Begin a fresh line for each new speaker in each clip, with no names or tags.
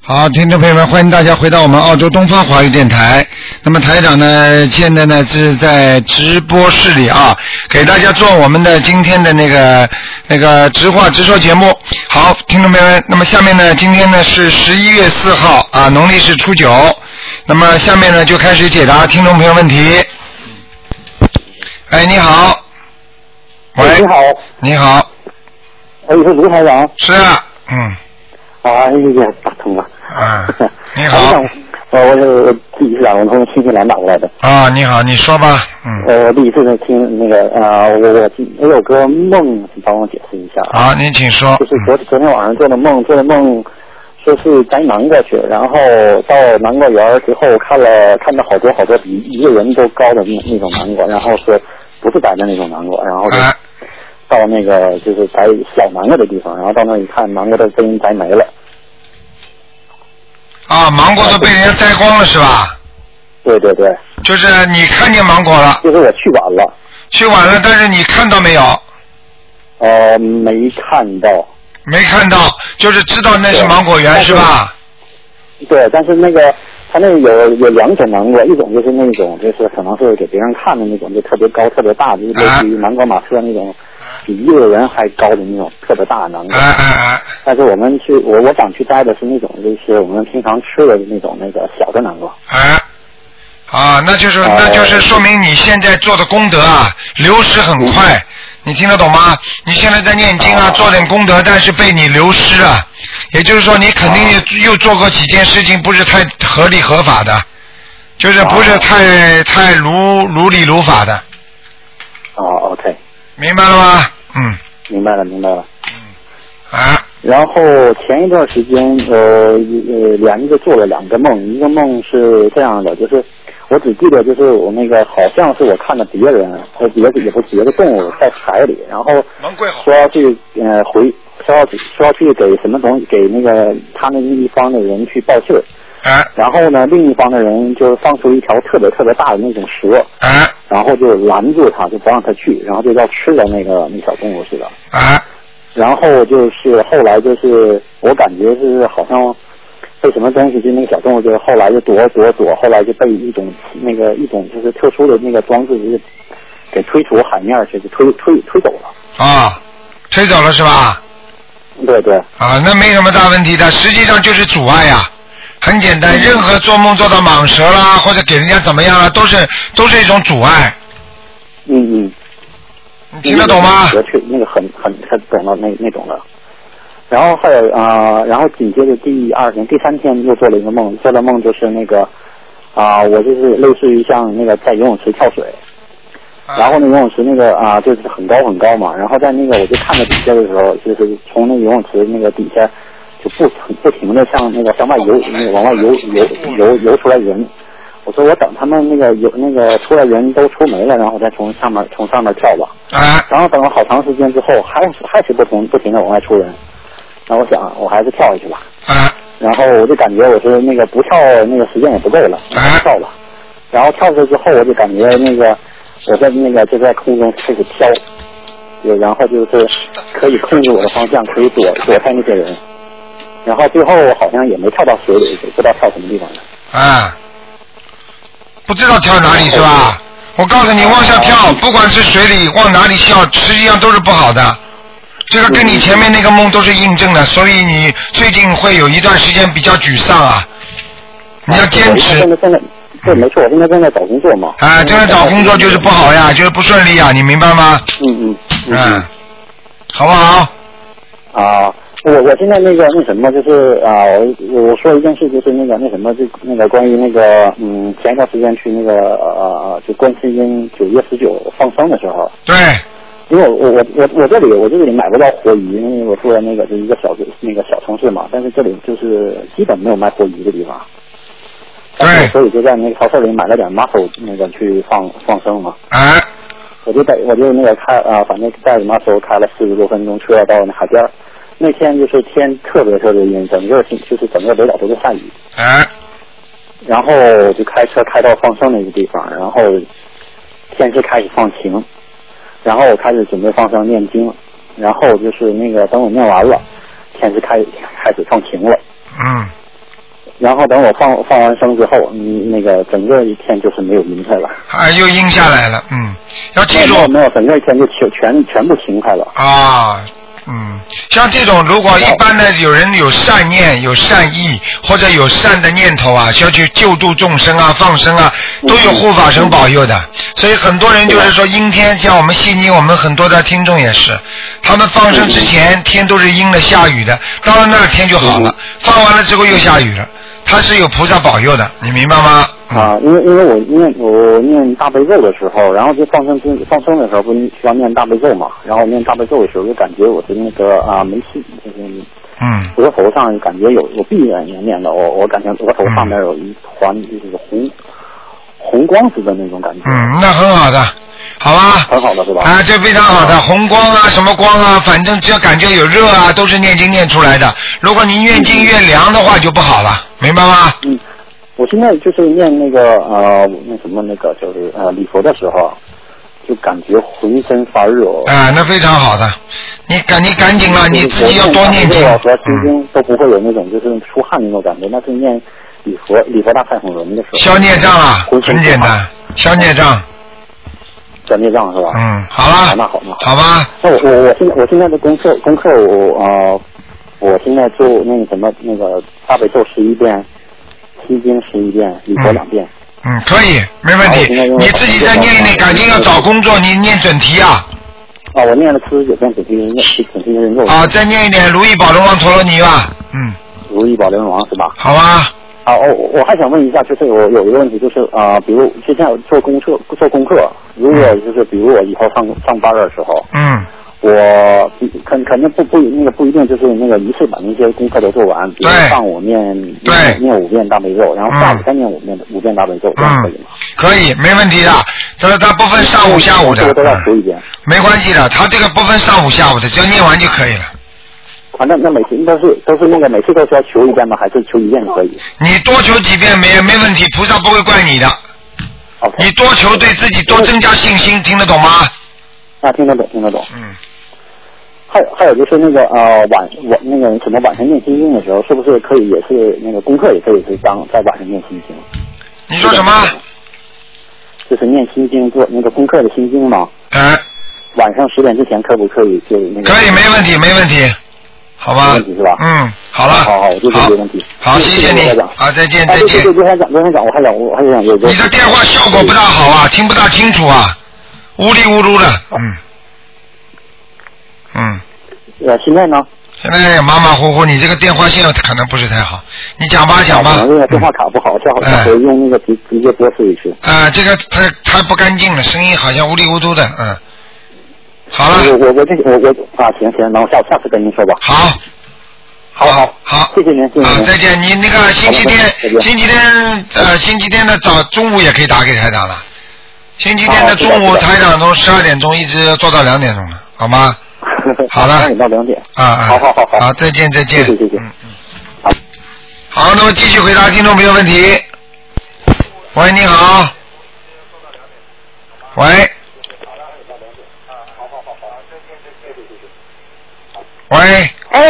好，听众朋友们，欢迎大家回到我们澳洲东方华语电台。那么台长呢，现在呢是在直播室里啊，给大家做我们的今天的那个那个直话直说节目。好，听众朋友们，那么下面呢，今天呢是十一月四号啊，农历是初九。那么下面呢就开始解答听众朋友问题。哎，你好。喂，
哎你好，
你好，
哎，你是卢台长
是啊，嗯，
啊，哎呀，打通了。
啊，你
台
好
长， 我我是第一次打，我从新西兰打过来的。
啊，你好，你说吧，嗯，
呃，我第一次呢听那个啊、呃，我我我有个梦，请帮我解释一下啊。
好，您请说。
就是昨昨天晚上做的梦，做的梦说是摘南瓜去，然后到南瓜园儿之后看了看到好多好多比一个人都高的那那种南瓜，然后是不是白的那种南瓜，然后就
啊
到那个就是摘小南瓜的地方，然后到那儿一看，南瓜都被人摘没了。
啊，芒果都被人家摘光了是吧？
对对对，
就是你看见芒果了，
就是我去晚了。
去晚了，但是你看到没有？
呃，没看到。
没看到，就是知道那是
对
芒果园
但
是
是
吧？
对，但是那个他那有有两种南瓜，一种就是那种就是可能是给别人看的那种，就特别高、特别大，就是类似于南瓜马车那种，比一个人还高的那种特别大的南
哎
瓜。
哎哎，
但是我们去，我我想去摘的是那种，就是我们平常吃的那种那个小的南瓜。
哎，啊，那就是
哦
那就是说明你现在做的功德啊，流失很快，你听得懂吗？你现在在念经啊，
嗯哦
做点功德，但是被你流失了，也就是说你肯
哦
定又又做过几件事情不是太合理合法的，就是不是
哦
太太如如理如法的，
哦，OK，
明白了吗？嗯，
明白了，明白了。
啊，
然后前一段时间，呃呃，连着做了两个梦，一个梦是这样的，就是我只记得就是我那个好像是我看到别人，呃，别的也不是别的动物在海里，然后
门贵好
说要去呃回，说要去说要去给什么东西给那个他们一方的人去报信儿，
哎
然后呢，另一方的人就放出一条特别特别大的那种蛇，
哎
然后就拦住他，就不让他去，然后就要吃了那个那小动物似的。
哎
然后就是后来就是我感觉是好像被什么东西，就那个小动物，就是后来就躲躲躲，后来就被一种那个一种就是特殊的那个装置就是给推出海面去，就推推推走了。
啊，推走了是吧？
对对，
啊，那没什么大问题的，实际上就是阻碍呀、很简单，任何做梦做到蟒蛇啦，或者给人家怎么样啦，都是都是一种阻碍，
嗯嗯，
你听得懂吗？
我去那个很很很懂了那那种的。然后还有啊、呃然后紧接着第二天、第三天又做了一个梦，做的梦就是那个啊、我就是类似于像那个在游泳池跳水，然后呢，游泳池那个啊，就是很高很高嘛。然后在那个我就看到底下的时候，就是从那个游泳池那个底下就不停不停的向那个向外游，那个往外游游游游出来人。我说我等他们那个游那个出来人都出没了，然后我再从上面从上面跳吧。
啊
然后等了好长时间之后，还是还是不停不停的往外出人。那我想我还是跳下去吧。
啊
然后我就感觉我是那个不跳那个时间也不够了，不
哎
跳了。然后跳出去之后，我就感觉那个我在那个就在空中开始飘，对，然后就是可以控制我的方向，可以躲躲开那些人。然后最后我好像也没跳到水里，不知道跳什么地方了。
啊，不知道跳哪里是吧？我告诉你，往下跳，不管是水里往哪里跳，实际上都是不好的。这个跟你前面那个梦都是印证的，所以你最近会有一段时间比较沮丧啊，你要坚持。
现在现在对，没错，我现在正在找工作嘛。
啊，这个找工作就是不好呀，就是不顺利呀，你明白吗？
嗯嗯
嗯，好不好？
啊，我我现在那个那什么，就是啊，我我说一件事，就是那个那什么，就那个关于那个嗯，前一段时间去那个呃，就观世音九月十九放生的时候，
对，
因为我我我我我这里我这里买不到活鱼，因为我住在那个是一个小那个小城市嘛，但是这里就是基本没有卖活鱼的地方，但是
对
所以就在那个超市里买了点 m a s 那个去放放生嘛。
哎，
我就带我就那个开啊，反正带着马头开了四十多分钟车到那海边儿。那天就是天特别特别阴，整个天就是整个北岛都在下雨。
哎，
然后我就开车开到放生那个地方，然后天是开始放晴，然后我开始准备放生念经，然后就是那个等我念完了，天是开开始放晴了。
嗯，
然后等我放放完生之后，嗯，那个整个一天就是没有云彩了。
啊，又阴下来了，嗯，要记住
没有没有，整个一天就全全全部晴开了。
啊，嗯，像这种如果一般的有人有善念、有善意或者有善的念头啊，需要去救度众生啊、放生啊，都有护法神保佑的。所以很多人就是说阴天，像我们悉尼，我们很多的听众也是，他们放生之前天都是阴的、下雨的，到了那儿天就好了，放完了之后又下雨了，他是有菩萨保佑的，你明白吗？
啊，因为因为我念我念大悲咒的时候，然后就放生之放生的时候不是需要念大悲咒嘛，然后念大悲咒的时候就感觉我的那个啊眉心就是
嗯
额头上感觉有我闭眼也念的，我我感觉额头上面有一团就是红红光似的那种感觉，
嗯，那很好的，好吧？
很好的是吧？
啊，这非常好的，红光啊，什么光啊，反正只要感觉有热啊，都是念经念出来的。如果您越经越凉的话，就不好了，明白吗？
嗯，我现在就是念那个呃那什么那个就是呃礼佛的时候，就感觉浑身发热，
啊，那非常好的，你赶你赶紧啊了，你自己要多念经
我。和心
嗯，
经都不会有那种就是出汗那种感觉，那是念礼佛礼佛大忏悔文的时候。
消孽障啊，很简单，消孽障。
消孽障是吧？啊
嗯，好了，
那好那好。
好吧，
那我我我现在我现在的功课功课我呃，我现在就那个什么那个大悲咒十一遍，心经十一遍，礼佛两遍。
嗯，可以，没问题。你自己再念一念，赶紧要找工作，你念准题啊。
啊，我念了四十九遍准提神咒，准提神咒。
啊，再念一点《如意宝龙王陀罗尼》吧。嗯，
如意宝莲王是吧？
好吧。
啊，哦，我还想问一下，就是我有一个问题，就是啊、比如现在我做功课做功课，如果就是比如我以后上上班的时候，
嗯，
我肯肯定不不那个不一定就是那个一次把那些功课都做完，比如
对
上午念
对
念念五遍大悲咒，然后下午
嗯
再念五遍、五遍大悲咒，这样可以吗？
可以，没问题的。它它不分上午下午的
这个，都要
嗯
读一遍
没关系的。它这个不分上午下午的，只要念完就可以了。
啊。那那每次都是都是那个每次都是要求一遍吗？还是求一遍就可以
你多求几遍没没问题，菩萨不会怪你的。
？OK，
你多求对自己多增加信心，听得懂吗？
那听得懂听得懂。
嗯，
还有还有就是那个呃晚晚那个什么晚上念心经的时候，是不是可以也是那个功课也可以是当在晚上念心经？
你说什么？？
就是念心经做那个功课的心经嘛，
嗯，
晚上十点之前可不可以就那个？
可以，没问题，没问题，好
没
吧
问？题是吧？
嗯，好了，
好好，我就这个问题。
好，谢谢
罗台
你
长。，
好，再见，
哎
再
对
见
对。对，罗台长，罗台长，我还想我还想有个
你的电话效果不大好啊，听不大清楚啊，呜里呜噜的，嗯，嗯。
呃，现在呢？
现在马马虎虎，你这个电话线可能不是太好，你讲
啊
吧讲吧嗯
可能。那个电话卡不好，下回下回用那个直直接拨出去。
啊、这个太太不干净了，声音好像无里无嘟的，嗯。好
我
了，
我我这我我啊，行行，那我下下次跟您说吧。
好，好好好。
谢谢您，谢谢
啊，
您。
再见！你那个星期天
嗯好的再，见嗯
星期天呃，星期天的早中午也可以打给台长了。星期天的中午，
好知道知道
台长从十二点钟一直做到两点钟了，好吗？ 好了
两点到两点。
啊啊！
好好好好
好，再见再见。
谢谢谢谢
嗯嗯
好。
好，那么继续回答听众朋友问题。喂，你好。喂。喂，
哎，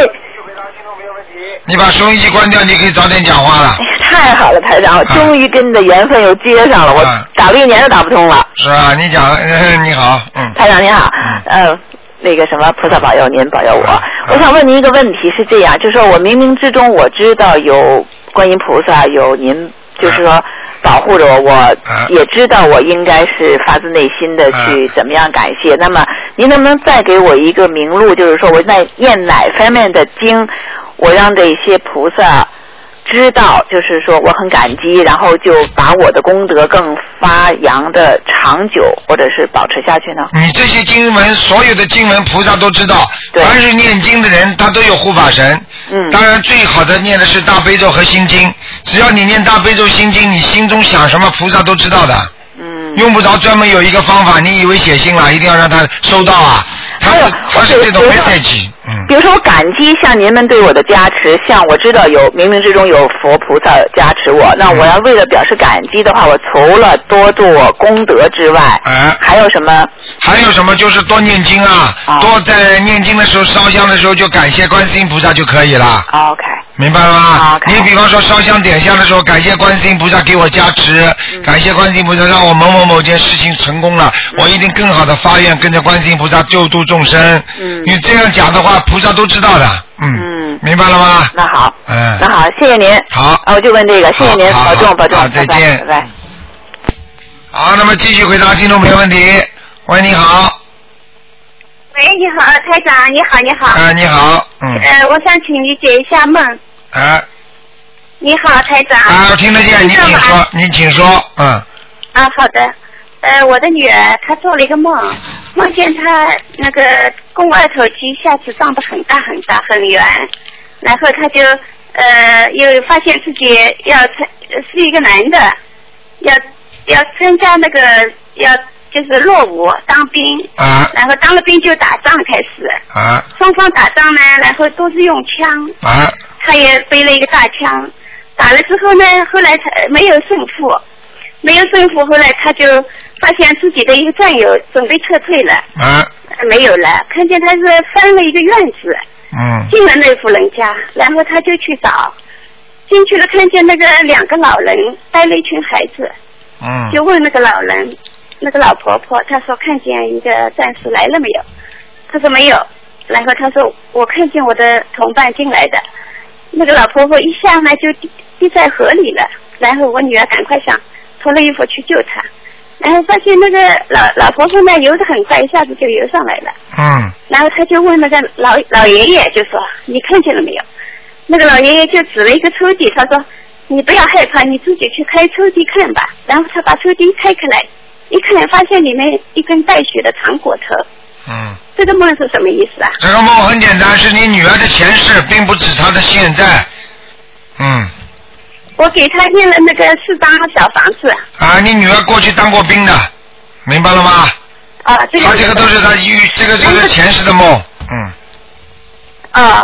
你把收音机关掉，你可以早点讲话了
哎。呀，太好了，台长，我
啊
终于跟你的缘分又接上了。我
啊
打了一年都打不通了，
是啊，你讲， 嗯你好，嗯，
台长您好，呃，那个什么，菩萨保佑您，保佑我。我想问您一个问题，是这样，就是说我冥冥之中我知道有观音菩萨，有您，就是说。保护着我，我
啊
也知道我应该是发自内心的去
啊
怎么样感谢。那么，您能不能再给我一个明路，就是说我在念哪方面的经，我让这些菩萨知道，就是说我很感激，然后就把我的功德更发扬的长久，或者是保持下去呢？
你这些经文，所有的经文菩萨都知道，
对
凡是念经的人，他都有护法神。
嗯
当然，最好的念的是大悲咒和心经。只要你念大悲咒、心经，你心中想什么，菩萨都知道的，
嗯。
用不着专门有一个方法。你以为写信了，一定要让他收到啊？他
还有
是他是
我
这种
觉得
message，嗯
比如说，我感激像您们对我的加持，像我知道有冥冥之中有佛菩萨加持我，
嗯
那我要为了表示感激的话，我除了多做功德之外，
哎
还有什么？
还有什么就是多念经啊，
啊
多在念经的时候烧香的时候就感谢观世音菩萨就可以了。
OK，
明白了吗
好？感
你
恩
比方说烧香点香的时候，感谢观世音菩萨给我加持，感谢观世音菩萨让我某某某件事情成功了，我一定更好的发愿，跟着观世音菩萨救度众生。
嗯
你这样讲的话，菩萨都知道的。嗯，
嗯
明白了吗？
那好，
嗯
那好，谢谢您。
好
啊，我就问这个，谢谢您，
好好
保重，保重，
好再见
拜拜。拜拜
好，那么继续回答听众朋友问题。喂，你好，
喂，你好，台长，你好，你好。
哎、你好，嗯，
呃，我想请你解一下梦。
哎、
你好，台长。
啊，听得见，你
听
请
到吗
说，你请说，嗯，
啊，好的。呃，我的女儿她做了一个梦，梦见她那个肱二头肌下次胀得很大很大很圆，然后她就呃又发现自己要参呃是一个男的，要要参加那个要就是落伍当兵，
啊
然后当了兵就打仗开始，
啊
双方打仗呢，然后都是用枪，
啊
他也背了一个大枪，打了之后呢，后来他呃没有胜负，没有胜负，后来他就发现自己的一个战友准备撤退了，
啊，
呃没有了，看见他是翻了一个院子
嗯
进了那户人家，然后他就去找，进去了看见那个两个老人带了一群孩子，
嗯
就问那个老人，那个老婆婆，她说看见一个战士来了没有？她说没有。然后她说我看见我的同伴进来的，那个老婆婆一下呢就滴滴在河里了。然后我女儿赶快想脱了衣服去救她，然后发现那个老老婆婆呢游得很快，一下子就游上来了。
嗯
然后他就问那个老老爷爷，就说你看见了没有？那个老爷爷就指了一个抽屉，他说你不要害怕，你自己去开抽屉看吧。然后他把抽屉开开来，一看发现里面一根带血的长骨头，
嗯，
这个梦是什么意思啊？
这个梦很简单，是你女儿的前世，并不指她的现在。嗯
我给他念了那个四张小房子
啊，你女儿过去当过兵的，明白了吗？
啊，这个
她这个都是她遇这个这个前世的梦。嗯
啊。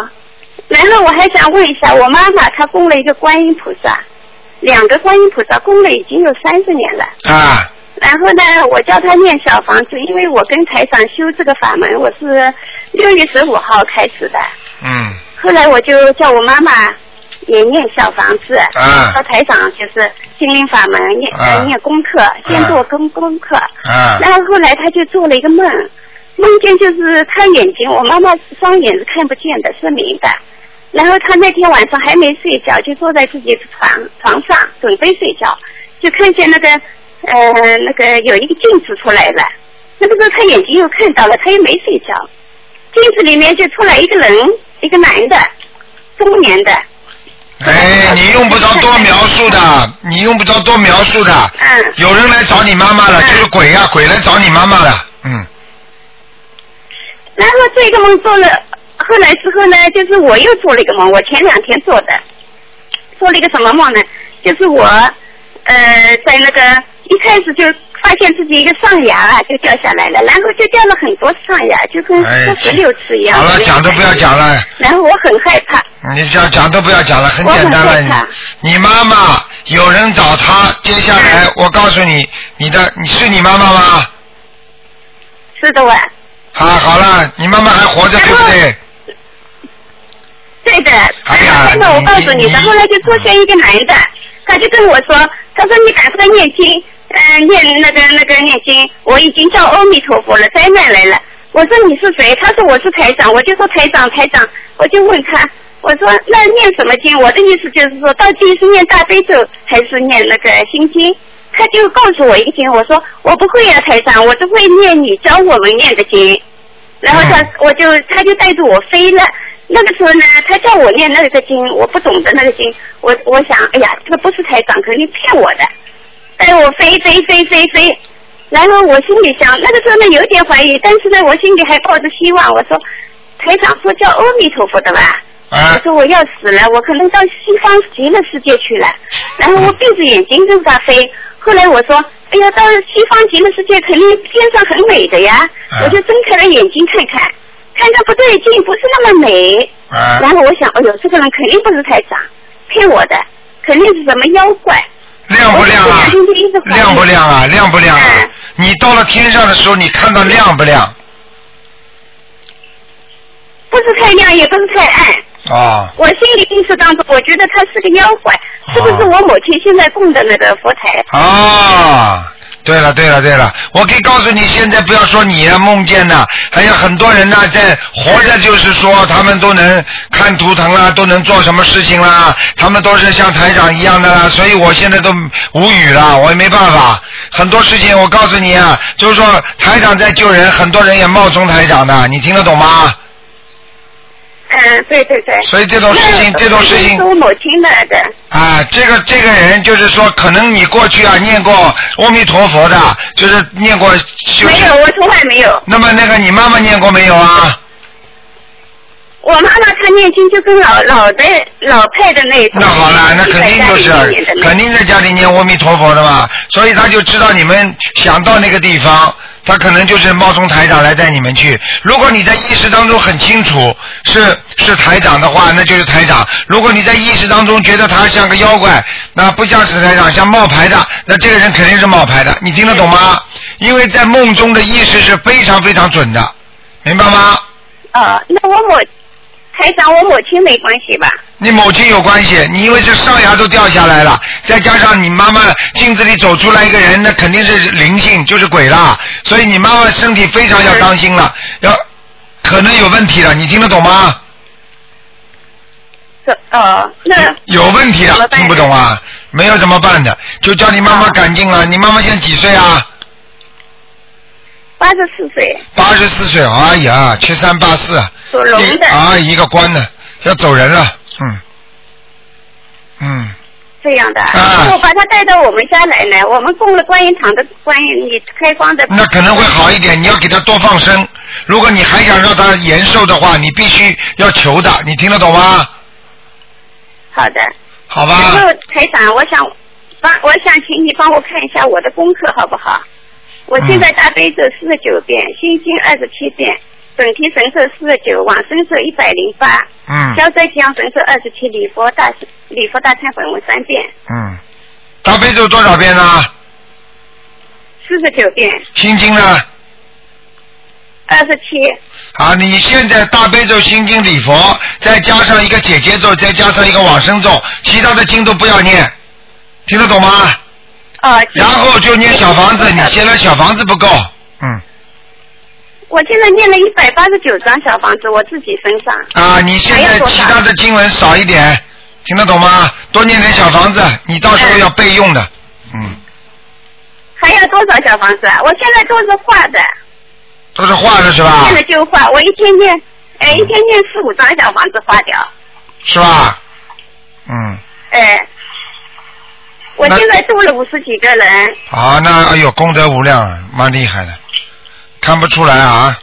然后我还想问一下，我妈妈她供了一个观音菩萨，两个观音菩萨供了已经有三十年了。
啊
然后呢，我叫他念小房子，因为我跟台长修这个法门，我是六月十五号开始的。
嗯
后来我就叫我妈妈也念小房子，
啊
和台长就是心灵法门念、
啊
呃念功课，先做功功课。
啊
然后后来他就做了一个梦，梦见就是他眼睛，我妈妈双眼是看不见的，是明的。然后他那天晚上还没睡觉，就坐在自己的床床上准备睡觉，就看见那个呃那个有一个镜子出来了。那个时候他眼睛又看到了，他又没睡觉。镜子里面就出来一个人，一个男的，中年的，
哎，你用不着多描述的，你用不着多描述的。
嗯，
有人来找你妈妈了，就是鬼呀、鬼来找你妈妈了。嗯
然后这个梦做了，后来之后呢，就是我又做了一个梦，我前两天做的，做了一个什么梦呢？就是我，呃，在那个一开始就发现自己一个上牙啊就掉下来了，然后就掉了很多上牙，就跟
哎
吃十六次一样。
好了，讲都不要讲了，
然后我很害怕，
你讲讲都不要讲了，很简单
啊我很害
了
怕。
你你妈妈有人找她，接下来
嗯
我告诉你，你的你是你妈妈吗？
是的哇，
啊，好了，你妈妈还活着，对不对？
对的。
哎
然
呀
后那个我告诉
你
你的，后来就出现一个男的，他就跟我说，他说你赶快念经，嗯、念那个那个念经，我已经叫阿弥陀佛了，灾难来了。我说你是谁？他说我是台长，我就说台长台长，我就问他，我说那念什么经？我的意思就是说，到底是念大悲咒还是念那个心经？他就告诉我一个经，我说我不会呀、台长，我只会念你教我们念的经。然后他、
嗯
我就他就带着我飞了。那个时候呢，他叫我念那个经，我不懂得那个经，我我想，哎呀，这个不是台长，肯定骗我的。带我飞飞飞飞飞，然后我心里想，那个时候呢有点怀疑，但是呢我心里还抱着希望，我说台长说叫阿弥陀佛的吧，我
啊，
说我要死了，我可能到西方极乐世界去了。然后我闭着眼睛任它飞。后来我说，哎呀，到西方极乐世界肯定天上很美的呀，
啊
我就睁开了眼睛看看，看看不对劲，不是那么美。
啊
然后我想，哎呦，这个人肯定不是台长，骗我的，肯定是什么妖怪。
亮不亮啊
我就不小心就一直？怀疑
亮不亮啊？亮不亮啊
嗯？
你到了天上的时候，你看到亮不亮？
不是太亮，也不是太暗，
啊
我心里意识当中，我觉得他是个妖怪，是不是我母亲现在供的那个佛台？
啊！对了对了对了，我可以告诉你，现在不要说你呀、梦见呐、还有很多人呐、在活着就是说他们都能看图腾啦，都能做什么事情啦，他们都是像台长一样的啦，所以我现在都无语了，我也没办法。很多事情我告诉你啊，就是说台长在救人，很多人也冒充台长的，你听得懂吗？
嗯，对对对。
所以这种事情
那
这种事情
是我母亲的的。
啊，这个这个人就是说，可能你过去啊念过阿弥陀佛的，就是念过就
没
是。
有，我从来没有。
那么那个你妈妈念过没有啊？
我妈妈她念经就跟老老的老派的那种。
那好了，那
一直
肯
在
定
家
就
里
是
念的那种
肯定在家里念阿弥陀佛的嘛，所以他就知道你们想到那个地方，他可能就是冒充台长来带你们去。如果你在意识当中很清楚是是台长的话，那就是台长；如果你在意识当中觉得他像个妖怪，那不像是台长，像冒牌的，那这个人肯定是冒牌的。你听得懂
嗯
吗？因为在梦中的意识是非常非常准的，明白吗？
哦，那我母台长，我母亲没关系吧？
你母亲有关系，你因为是上牙都掉下来了，再加上你妈妈镜子里走出来一个人，那肯定是灵性，就是鬼啦。所以你妈妈身体非常要当心了，要可能有问题了，你听得懂吗？
是哦，那
有问题
怎
了
么，办
听不懂啊？没有怎么办的，就叫你妈妈赶紧了。你妈妈现在几岁啊？
八十四岁
八十四岁，哎呀，七三八四，
属龙
一
的，
啊一个官呢，要走人了，嗯，嗯。
这样的。
啊
我把她带到我们家来呢，我们供了观音堂的观音，你开光的。
那可能会好一点。你要给他多放生。如果你还想让他延寿的话，你必须要求的。你听得懂吗？
好的。
好
然
吧
后，台长，我想帮，我想请你帮我看一下我的功课好不好？我现
嗯
在大悲咒四十九遍，心经二十七遍，准提神咒四十九，往生咒一百零八，
嗯
消灾吉祥神咒二十七，礼佛大礼佛大忏悔文三遍，
嗯，大悲咒多少遍呢？
四十九遍，
心经呢？
二十七，
啊，你现在大悲咒、心经、礼佛，再加上一个姐姐咒，再加上一个往生咒，其他的经都不要念，听得懂吗？
哦。
然后就念小房子，你现在小房子不够，嗯，
我现在念了一百八十九张小房子，我自己身上。
啊，你现在其他的经文少一点，听得懂吗？多念点小房子，你到时候要备用的，嗯。
还要多少小房子啊？我现在都是画的，
都是画的是吧
念？了就画，我一天念，哎，一天念四五张小房子画掉。
是吧？嗯，
哎，我
那
现在度了五十几个人，
好，那哎呦，功德无量啊，蛮厉害的，看不出来啊，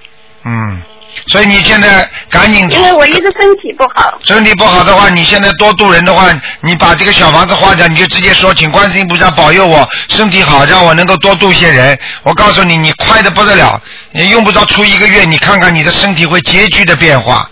嗯，所以你现在赶紧，
因为我一直身体不好。
身体不好的话，你现在多度人的话，你把这个小房子画掉，你就直接说，请观世音菩萨保佑我身体好，让我能够多度些人。我告诉你，你快的不得了，你用不着出一个月，你看看你的身体会急剧的变化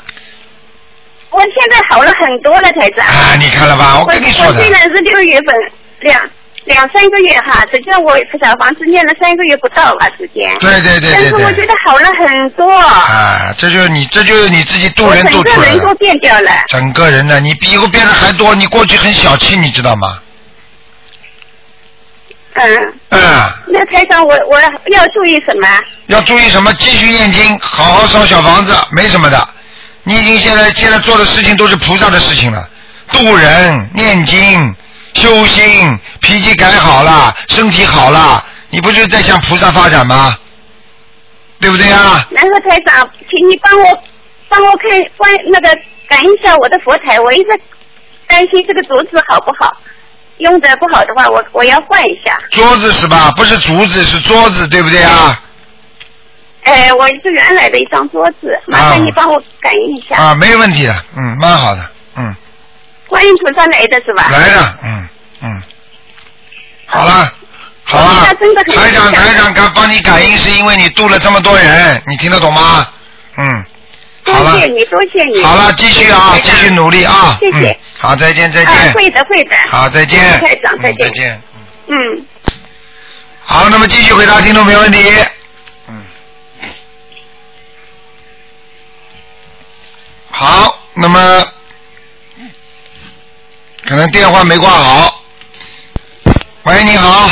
我现在好了很多了，台长。
啊！你看了吧？我
我
跟你说
我
的
虽，然是六月份两两三个月哈，只叫我小房子念了三个月不到吧时间。
对对对
但
对
是我觉
对，
得好了很多，
啊，这就是你，这就是你自己度
我
人
整
度
个
出来
人
的
都。变掉了。
整个人呢，你比以后变得还多。你过去很小气，你知道吗？
嗯，
嗯，
那台长，我我要注意什么？
要注意什么？继续念经，好好烧小房子，没什么的。你已经现在现在做的事情都是菩萨的事情了，渡人、念经、修心，脾气改好了，身体好了，你不就是在向菩萨发展吗？对不对啊？
然后台长，请你帮我帮我看关那个感应一下我的佛台，我一直担心这个竹子好不好，用的不好的话，我我要换一下。
桌子是吧？不是竹子，是桌子，对不对啊？
哎，我是原来的一张桌子，麻烦你帮我感应一下。
嗯啊，没问题的，嗯，蛮好的，嗯，
观音菩萨来的是吧？
来了，嗯嗯，好了，好
我
了
现在哎
台
真的，很
长
想
台长刚帮你感应，是因为你度了这么多人，你听得懂吗？嗯，
多
好了
谢你，多谢你。
好了，继续啊，
台
继
长
续努力啊，
谢谢
嗯，好，再见再
啊，
见，
会的会的。
好再见，
台长再
嗯再
见
见，
嗯。
好，那么继续回答听众没问题。嗯，好，那么可能电话没挂好。喂，你好，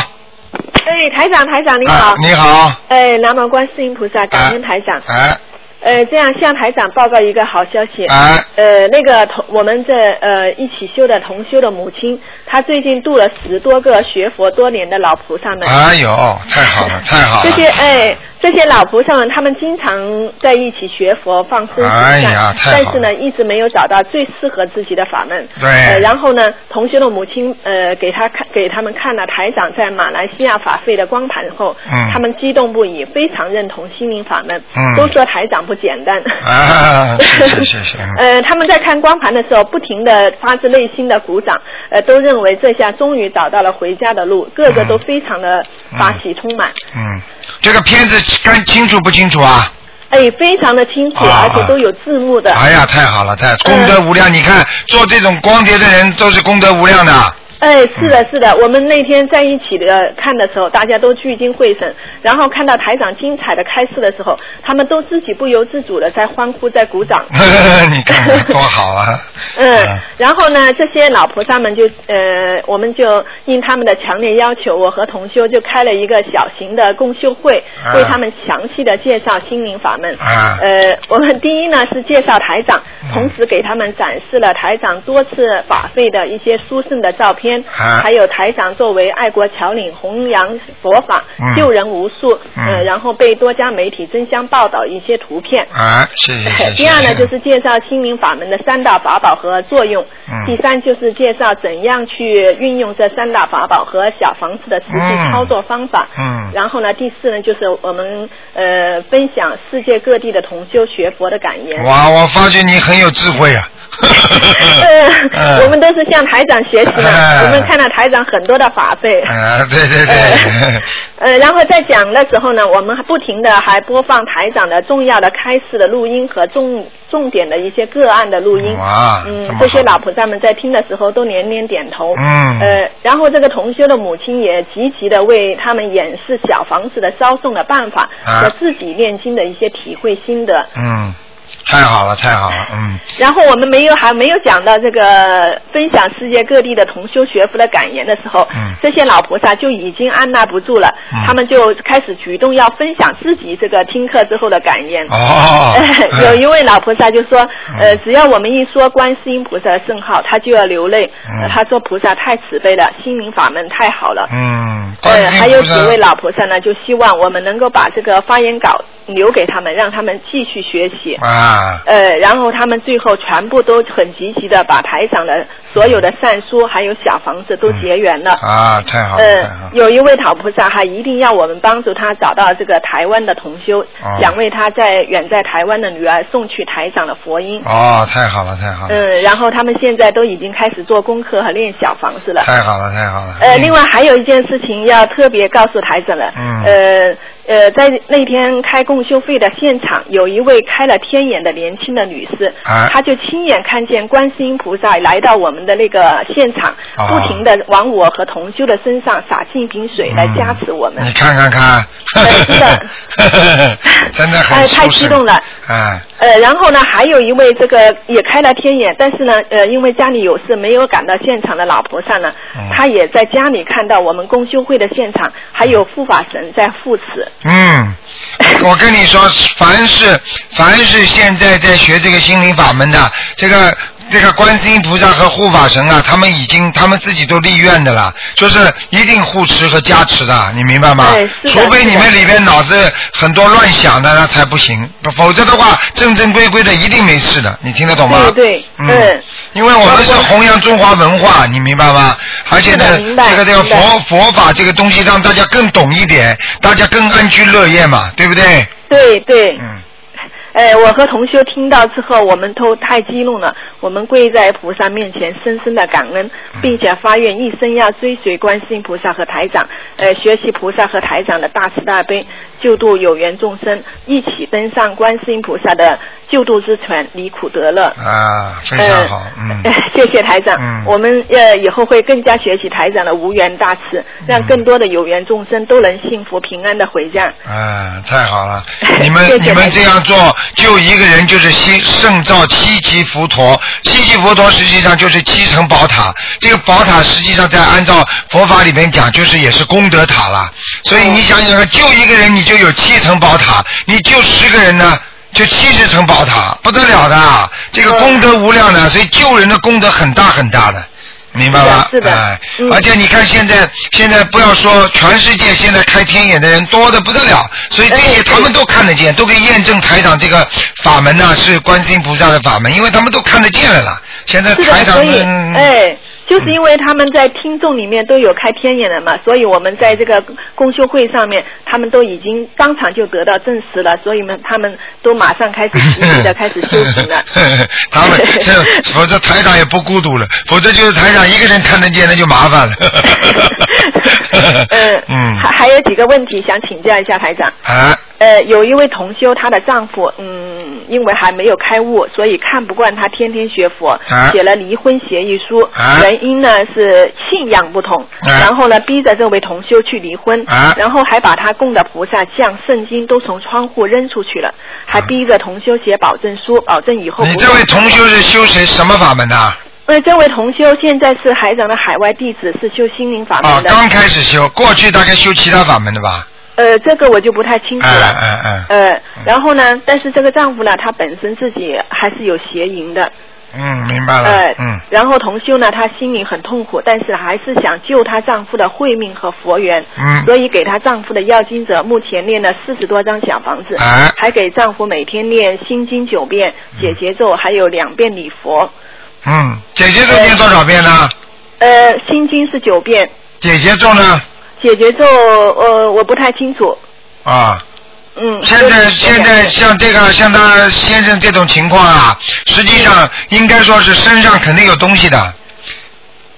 哎，台长，台长你好。
啊，你好，啊
哎，南无观世音菩萨，感恩台长。
哎
呃，这样向台长报告一个好消息。
哎，
呃，那个同我们这呃一起修的同修的母亲，她最近度了十多个学佛多年的老菩萨们。
哎呦，太好了，太好了
这，些哎，这些老菩萨们，他们经常在一起学佛、放生、行
哎
善，
呀太好了
但是呢，一直没有找到最适合自己的法门。
对
呃然后呢，同学的母亲呃给他看给他们看了台长在马来西亚法会的光盘后，
嗯
他们激动不已，非常认同心灵法门，
嗯
都说台长不简单。
啊，谢谢谢谢，嗯
呃，他们在看光盘的时候，不停的发自内心的鼓掌，呃，都认为这下终于找到了回家的路，个个都非常的法喜充满。
嗯，这个片子看清楚不清楚啊？
哎，非常的清楚，
啊
而且都有字幕的。
哎呀，太好了，太功德无
嗯
量！你看做这种光碟的人都是功德无量的。
哎，
嗯
是的，是的，我们那天在一起的看的时候，大家都聚精会神，然后看到台长精彩的开示的时候，他们都自己不由自主的在欢呼，在鼓掌。
你看看多好啊！
嗯，然后呢，这些老菩萨们就呃，我们就应他们的强烈要求，我和同修就开了一个小型的共修会，
啊
为他们详细的介绍心灵法门。
啊
呃，我们第一呢是介绍台长
嗯，
同时给他们展示了台长多次法会的一些殊胜的照片，
啊
还有台长作为爱国侨领弘扬佛法、
嗯
救人无数，
嗯
呃，然后被多家媒体争相报道一些图片。
啊，谢谢谢谢。
呃 第二呢，就是介绍心灵法门的三大法宝和作用。
嗯
第三就是介绍怎样去运用这三大法宝和小房子的实际操作方法。
嗯嗯
然后呢，第四呢，就是我们呃分享世界各地的同修学佛的感言。
哇，我发觉你很有智慧啊！嗯
呃，我们都是向台长学习的，
哎
我们看到台长很多的法贝。
啊，对 嗯对对
呃，呃，然后在讲的时候呢，我们还不停的还播放台长的重要的开示的录音和重重点的一些个案的录音。
哇这
嗯
么，
这些
好
老菩萨们在听的时候都连连点头。
嗯
呃，然后这个同修的母亲也积极的为他们演示小房子的烧送的办法、
啊
和自己念经的一些体会心得。
嗯，太好了太好了，嗯
然后我们没有还没有讲到这个分享世界各地的同修学佛的感言的时候，
嗯
这些老菩萨就已经按捺不住了，
嗯
他们就开始举动要分享自己这个听课之后的感言。，
哦
有一位老菩萨就说，呃，
嗯
只要我们一说观世音菩萨的圣号，他就要流泪。
嗯
呃他说菩萨太慈悲了，心灵法门太好了。
嗯，观
呃，
世音
还有
菩
几
萨
位老菩萨呢，就希望我们能够把这个发言稿留给他们，让他们继续学习。
啊，
呃，然后他们最后全部都很积极的把台长的所有的善书还有小房子都结缘了。
啊，太好了太好
呃，
了，
有一位老菩萨还一定要我们帮助他找到这个台湾的同修，
哦
想为他在远在台湾的女儿送去台长的佛音。
哦，太好了太好了，
嗯，然后他们现在都已经开始做功课和练小房子了。
太好了太好了。
呃，另外还有一件事情要特别告诉台长了。
嗯
呃呃，在那天开共修会的现场，有一位开了天眼的年轻的女士，
啊
她就亲眼看见观世音菩萨来到我们的那个现场，
啊
不停的往我和同修的身上洒净瓶水来
嗯
加持我们。
你看看看，
哎是的
真的很
哎
舒
太
适
激动了
哎，
呃，然后呢，还有一位这个也开了天眼，但是呢，呃，因为家里有事没有赶到现场的老菩萨呢，
嗯
她也在家里看到我们公修会的现场，还有护法神在护持。
嗯，我跟你说，凡是凡是现在在学这个心灵法门的，这个这个观世音菩萨和护法神啊，他们已经他们自己都立愿的了，就是一定护持和加持的，你明白吗
对？是的
除非你
是
们
的
里边脑子很多乱想的，那才不行，否则的话，正正规规的一定没事的，你听得懂吗？
对对
嗯，
嗯
因为我们是弘扬中华文化，你明白吗？而且呢
是的，嗯明白
这个这个
明白
佛佛法这个东西让大家更懂一点，大家更安居乐业嘛，对不对？
对对，
嗯，
哎，我和同修听到之后，我们都太激动了，我们跪在菩萨面前，深深的感恩，
嗯
并且发愿一生要追随观世音菩萨和台长，呃，学习菩萨和台长的大慈大悲，救度有缘众生，一起登上观世音菩萨的救度之船，离苦得乐。
啊，非常好， 嗯
呃，谢谢台长。
嗯
我们呃以后会更加学习台长的无缘大慈，让更多的有缘众生都能幸福平安的回家。
啊，太好了！你们
谢谢
你们这样做，救一个人就是七圣造七级佛陀，七级佛陀实际上就是七层宝塔，这个宝塔实际上在按照佛法里面讲，就是也是功德塔啦。所
哦
以你想想看，救一个人你就有七层宝塔，你救十个人呢？就七十层宝塔，不得了的，啊这个功德无量的，所以救人的功德很大很大的。明白吧？
是的是的
哎
嗯
而且你看现在，现在不要说全世界现在开天眼的人多的不得了，所
哎
以这些他们都看得见，都可以验证台长这个法门呐、是观世音菩萨的法门，因为他们都看得见了啦。现在
是
台嗯
的，
长
所以
们，
哎，就是因为他们在听众里面都有开天眼的嘛，所以我们在这个公修会上面，他们都已经当场就得到证实了，所以们他们都马上开始积极的开始修 行了。。
他们这，否则台长也不孤独了，否则就是台长一个人看得见，那就麻烦了
呃，
嗯，
还还有几个问题想请教一下台长。
啊，
呃，有一位同修，她的丈夫，嗯，因为还没有开悟，所以看不惯她天天学佛，
啊
写了离婚协议书。
啊
原因呢是信仰不同，
啊
然后呢逼着这位同修去离婚，
啊
然后还把他供的菩萨像、圣经都从窗户扔出去了，还逼着同修写保证书，保证以后不
啊你这位同修是修谁什么法门呐、
呃，这位同修现在是海长的海外弟子，是修心灵法
啊
门，的。
刚开始修，过去大概修其他法门的吧？
呃，这个我就不太清楚
哎
了。
哎哎，
呃，然后呢，但是这个丈夫呢，他本身自己还是有邪淫的，
嗯，明白
呃
了，，嗯，
然后同修呢，她心里很痛苦，但是还是想救她丈夫的慧命和佛缘，
嗯
所以给她丈夫的要经者目前念了四十多张小房子，
哎
还给丈夫每天念心经九遍、解结咒，还有两遍礼佛，
嗯，姐姐咒念多少遍呢？
呃，心经是九遍，
姐姐咒呢？
解结咒呃我不太清楚，
啊，
嗯，
现在
就是
现在像这个像他先生这种情况啊，实际上应该说是身上肯定有东西的，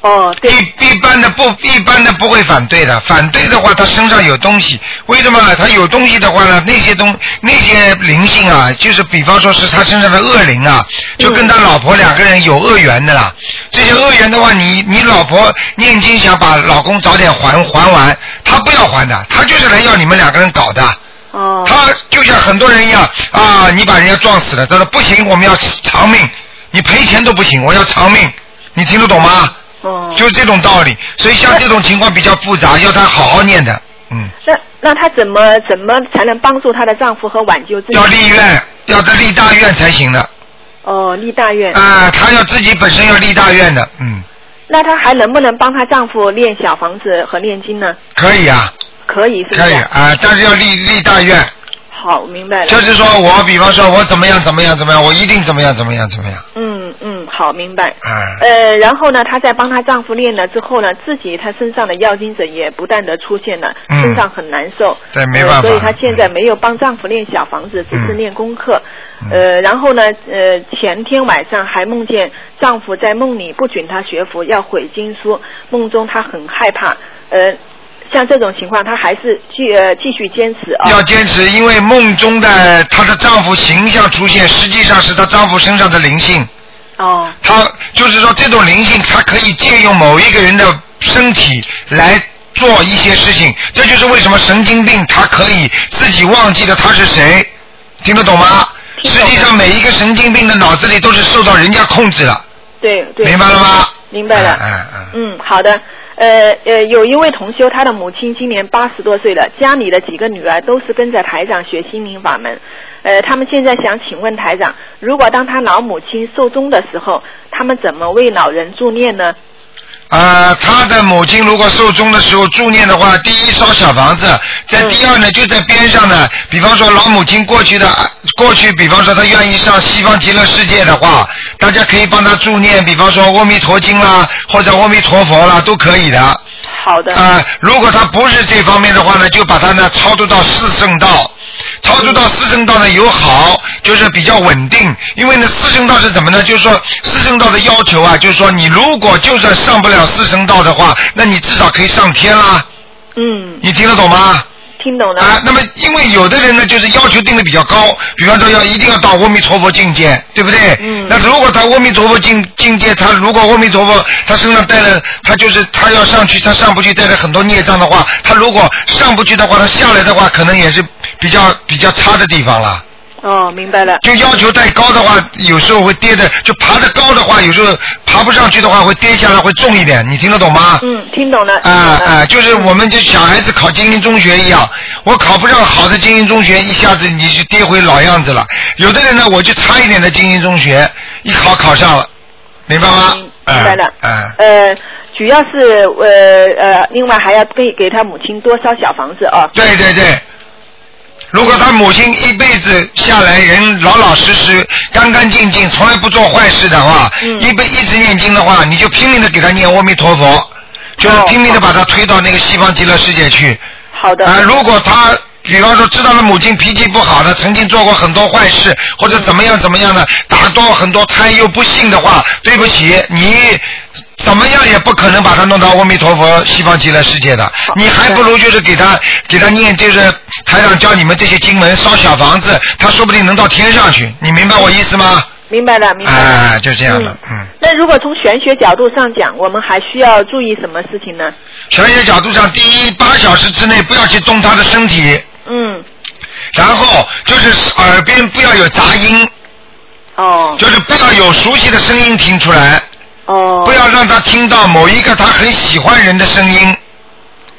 哦对
一一般的不一般的不会反对的，反对的话他身上有东西，为什么呢他有东西的话呢？那些东那些灵性啊，就是比方说是他身上的恶灵啊，就跟他老婆两个人有恶缘的啦。这些恶缘的话，你你老婆念经想把老公早点还还完，他不要还的，他就是来要你们两个人搞的。
哦
他就像很多人一样啊，你把人家撞死了，他说不行，我们要偿命，你赔钱都不行，我要偿命，你听得懂吗？
哦，
就是这种道理，所以像这种情况比较复杂，要他好好念的，嗯，
那那她怎么怎么才能帮助她的丈夫和挽救自己
要？立愿，要他立大愿才行的，啊、
哦，立大愿。
他要自己本身要立大愿的，嗯，
那她还能不能帮她丈夫练小房子和念经呢？
可以啊，
可以，是不
可以
是？
啊、但是要立立大愿，
好，明白了。
就是说我比方说我怎么样怎么样怎么样，我一定怎么样怎么样怎么样，
嗯嗯，好，明白。
啊、
呃，然后呢，她在帮她丈夫练了之后呢，自己她身上的药精者也不断的出现了，
嗯
身上很难受。
对没办法嗯
呃所以她现在没有帮丈夫练小房子，只是练功课。呃，然后呢，呃，前天晚上还梦见丈夫在梦里不准她学佛，要毁经书，梦中她很害怕。呃，像这种情况，她还是继呃继续坚持啊。
要坚持，因为梦中的她的丈夫形象出现，实际上是她丈夫身上的灵性。
哦
他就是说这种灵性，他可以借用某一个人的身体来做一些事情，这就是为什么神经病他可以自己忘记了他是谁，听得懂吗？
听
实
懂
际上每一个神经病的脑子里都是受到人家控制的，
对对。
明白了吗？
明白了。
嗯嗯嗯
嗯，好的。呃呃，有一位同修，他的母亲今年八十多岁了，家里的几个女儿都是跟着台长学心灵法门。呃，他们现在想请问台长，如果当他老母亲寿终的时候，他们怎么为老人助念呢？
呃，他的母亲如果寿终的时候助念的话，第一烧小房子，在第二呢就在边上呢，比方说老母亲过去的呃过去，比方说她愿意上西方极乐世界的话，大家可以帮她助念，比方说《阿弥陀经》啦，或者《阿弥陀佛》啦，都可以的。啊、
好的，
如果她不是这方面的话呢，就把她呢超度到四圣道。超度到四圣道呢有好，就是比较稳定。因为呢，四圣道是怎么呢？就是说四圣道的要求啊，就是说你如果就算上不了四圣道的话，那你至少可以上天啦。
嗯，
你听得懂吗？
听懂了。
啊，那么因为有的人呢，就是要求定的比较高，比方说要一定要到阿弥陀佛境界，对不对？
嗯
那如果他阿弥陀佛境境界，他如果阿弥陀佛他身上带了，他就是他要上去，他上不去，带着很多孽障的话，他如果上不去的话，他下来的话，可能也是比较比较差的地方了。
哦，明白了。
就要求太高的话，有时候会跌的；就爬得高的话，有时候爬不上去的话，会跌下来，会重一点。你听得懂吗？
嗯，听懂了。
啊
听懂
啊，
了
就是我们就小孩子考精英中学一样，我考不上好的精英中学，一下子你就跌回老样子了。有的人呢，我就差一点的精英中学，一考考上了，明白吗？
嗯明白了
嗯嗯
呃，主要是呃呃，另外还要给给他母亲多烧小房子啊。
对对对，如果他母亲一辈子下来人老老实实、干干净净，从来不做坏事的话，
嗯
一辈一直念经的话，你就拼命的给他念阿弥陀佛，就是
哦
拼命的把他推到那个西方极乐世界去。
好的。
啊、如果他比方说知道了母亲脾气不好的，曾经做过很多坏事，或者怎么样怎么样的，打多很多胎又不幸的话，对不起，你怎么样也不可能把他弄到阿弥陀佛西方极乐世界的。你还不如就是给他给他念，就是台长教你们这些经文，烧小房子，他说不定能到天上去。你明白我意思吗？
明白了，明白了。
哎、就这样的，嗯。
那如果从玄学角度上讲，我们还需要注意什么事情呢？
玄学角度上，第一，八小时之内不要去动他的身体，
嗯，
然后就是耳边不要有杂音。
哦，
就是不要有熟悉的声音听出来，
哦，
不，要让他听到某一个他很喜欢人的声音。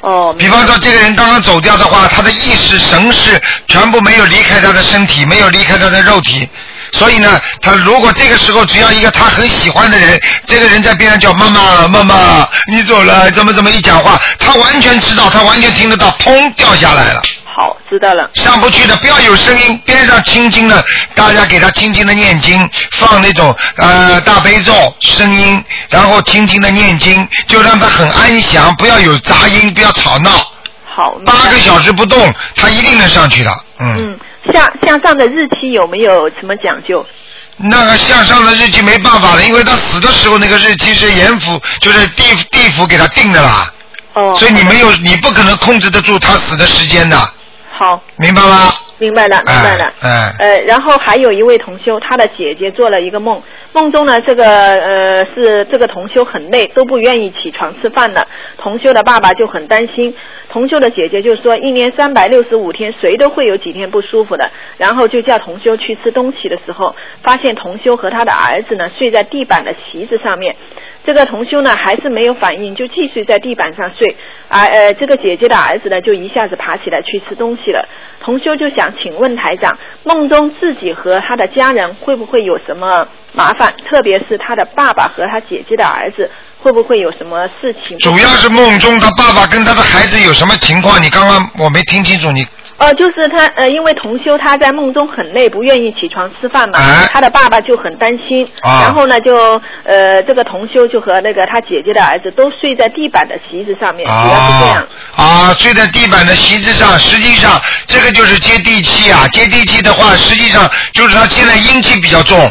哦，
比方说，这个人刚刚走掉的话，他的意识、神识全部没有离开他的身体，没有离开他的肉体。所以呢，他如果这个时候只要一个他很喜欢的人，这个人在边上叫妈妈妈妈，你走了，怎么怎么一讲话，他完全知道，他完全听得到，砰掉下来了。
好，知道了，
上不去的，不要有声音，边上轻轻的，大家给他轻轻的念经，放那种呃大悲咒声音，然后轻轻的念经，就让他很安详，不要有杂音，不要吵闹。
好，明白
八个小时不动，他一定能上去的。嗯，
嗯，向向上的日期有没有什么讲究？
那个向上的日期没办法了，因为他死的时候那个日期是阎府，就是地地府给他定的啦，
哦，
所以你没有，你不可能控制得住他死的时间的，
好，
明白吗？
明白了，明白了。
哎哎
呃，然后还有一位同修，他的姐姐做了一个梦，梦中呢，这个呃是这个同修很累，都不愿意起床吃饭了。同修的爸爸就很担心，同修的姐姐就说，一年三百六十五天，谁都会有几天不舒服的。然后就叫同修去吃东西的时候，发现同修和他的儿子呢睡在地板的席子上面。这个同修呢还是没有反应，就继续在地板上睡。啊呃，这个姐姐的儿子呢就一下子爬起来去吃东西了。同修就想请问台长，梦中自己和他的家人会不会有什么麻烦？特别是他的爸爸和他姐姐的儿子会不会有什么事情？
主要是梦中他爸爸跟他的孩子有什么情况？你刚刚我没听清楚，你
呃，就是他呃，因为同修他在梦中很累，不愿意起床吃饭嘛，
哎
他的爸爸就很担心，
啊
然后呢就呃这个同修就和那个他姐姐的儿子都睡在地板的席子上面，主要是这样
啊。啊，睡在地板的席子上，实际上这个就是接地气啊。接地气的话，实际上就是他现在阴气比较重，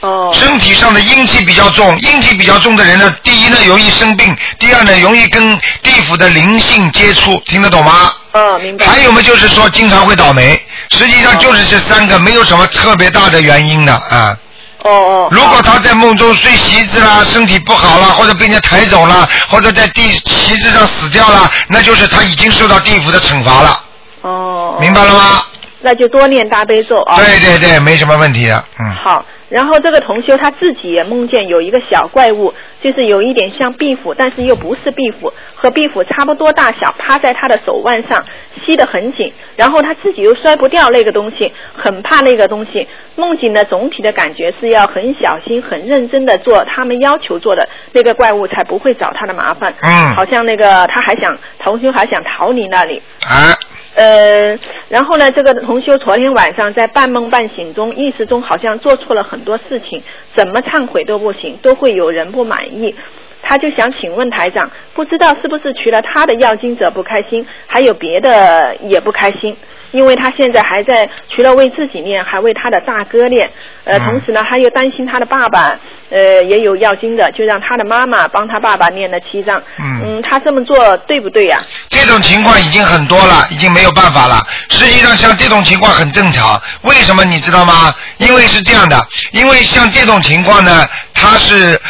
哦，
身体上的阴气比较重。阴气比较重的人呢，第一呢容易生病，第二呢容易跟地府的灵性接触，听得懂吗？
哦，明白。
还有嘛，就是说经常会倒霉，实际上就是这三个，没有什么特别大的原因的啊。
哦哦。
如果
好
他在梦中睡席子
哦
啦，身体不好啦，或者被人家抬走啦，或者在地席子上死掉啦，那就是他已经受到地府的惩罚了，
哦，
明白了吗？
那就多念大悲咒啊。
对对对，没什么问题的，嗯。
好，然后这个同修他自己也梦见有一个小怪物，就是有一点像壁虎，但是又不是壁虎，和壁虎差不多大小，趴在他的手腕上，吸得很紧，然后他自己又摔不掉那个东西，很怕那个东西。梦境的总体的感觉是要很小心、很认真的做他们要求做的，那个怪物才不会找他的麻烦。
嗯
好像那个他还想同修还想逃离那里。
啊，
呃，然后呢，这个同修昨天晚上在半梦半醒中，意识中好像做错了很多事情，怎么忏悔都不行，都会有人不满意。他就想请问台长，不知道是不是除了他的要经者不开心，还有别的也不开心，因为他现在还在除了为自己念，还为他的大哥念。呃，
嗯
同时呢，他又担心他的爸爸，呃，也有要经的，就让他的妈妈帮他爸爸念了七章。
嗯
他这么做对不对呀、
这种情况已经很多了，已经没有办法了。实际上，像这种情况很正常。为什么你知道吗？因为是这样的，因为像这种情况呢，它是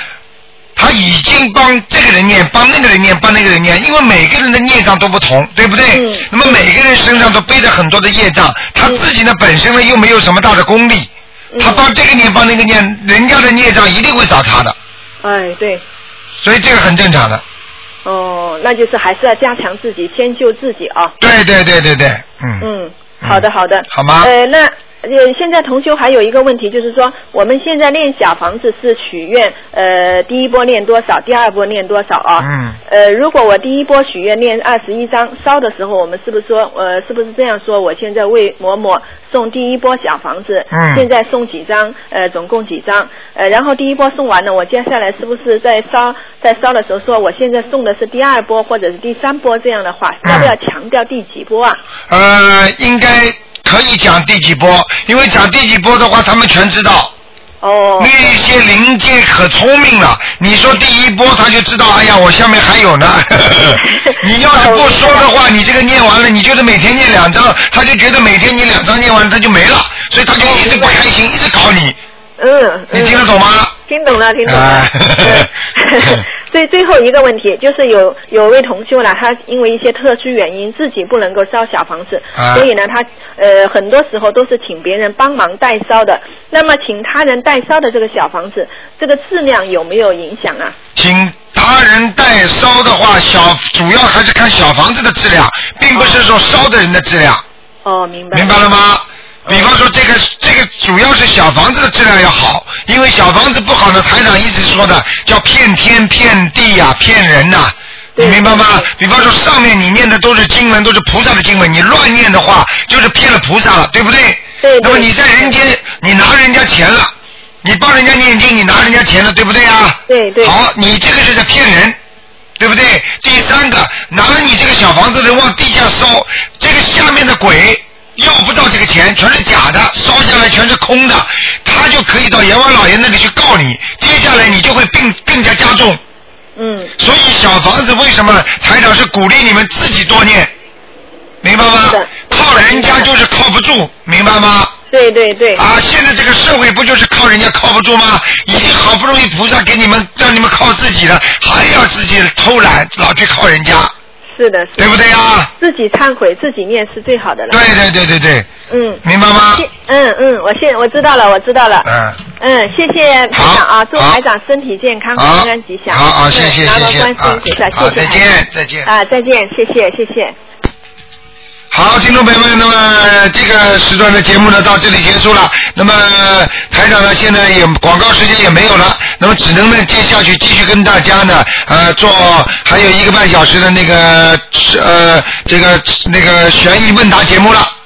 他已经帮这个人念，帮那个人念，帮那个人念，因为每个人的孽障都不同，对不对？
嗯
那么每个人身上都背着很多的业障，他自己呢本身呢又没有什么大的功力，
嗯
他帮这个念帮那个念，人家的孽障一定会找他的，
哎，对，
所以这个很正常的。
哦，那就是还是要加强自己，先救自己啊。
对对对对对，嗯，
嗯，好的好的，
好吗
呃，那呃，现在同修还有一个问题，就是说我们现在练小房子是许愿，呃，第一波练多少，第二波练多少啊？
嗯。
呃，如果我第一波许愿练二十一张，烧的时候我们是不是说，呃，是不是这样说？我现在为某某送第一波小房子，
嗯
现在送几张？呃，总共几张？呃，然后第一波送完了，我接下来是不是在烧在烧的时候说，我现在送的是第二波或者是第三波这样的话，
嗯
要不要强调第几波啊？
呃，应该可以讲第几波，因为讲第几波的话，他们全知道。
哦
那，一些灵界可聪明了，你说第一波他就知道，哎呀，我下面还有呢。 你要是不说的话，你这个念完了，你就是每天念两张，他就觉得每天你两张念完他就没了，所以他就一直不开心，一直搞你。
嗯，
你听
嗯
得懂吗？
听懂了，听懂了
啊。
嗯 最最后一个问题就是有有位同修呢，他因为一些特殊原因自己不能够烧小房子，
啊
所以呢，他呃很多时候都是请别人帮忙代烧的。那么请他人代烧的这个小房子，这个质量有没有影响啊？
请他人代烧的话，小主要还是看小房子的质量，并不是说烧的人的质量。
哦，明白。
明白了？吗？比方说这个这个主要是小房子的质量要好，因为小房子不好呢，台长一直说的叫骗天骗地呀、骗人呐、你
对
明白吗
对？
比方说上面你念的都是经文，都是菩萨的经文，你乱念的话就是骗了菩萨了，对不对？
对对
那么你在人间，你拿人家钱了，你帮人家念经，你拿人家钱了，对不对啊？
对对
好，你这个是在骗人。对不对？第三个，拿了你这个小房子人往地下烧，这个下面的鬼要不到这个钱，全是假的，烧下来全是空的，他就可以到阎王老爷那里去告你，接下来你就会病更加加重。
嗯，
所以小房子为什么台长是鼓励你们自己多念，明白吗
是的？
靠人家就是靠不住，明白吗？
对对对。
啊，现在这个社会不就是靠人家靠不住吗？已经好不容易菩萨给你们让你们靠自己了，还要自己偷懒，老去靠人家，
是的，是的
对不对呀？
自己忏悔，自己念是最好的了。
对对对对对，
嗯。
明白吗？
谢嗯嗯，我现我知道了，我知道了。
嗯，
嗯，谢谢台长
好
啊，祝
好
台长身体健康，
好
平安吉，祥。
好好，谢
嗯
谢
南
谢
无
谢
观世
啊
音菩萨，谢，
好，
谢
再
台长
见再见。
啊，再见，谢谢谢谢。
好，听众朋友们，那么这个时段的节目呢，到这里结束了。那么台长呢，现在也广告时间也没有了，那么只能呢接下去继续跟大家呢，呃，做还有一个半小时的那个呃这个那个悬疑问答节目了。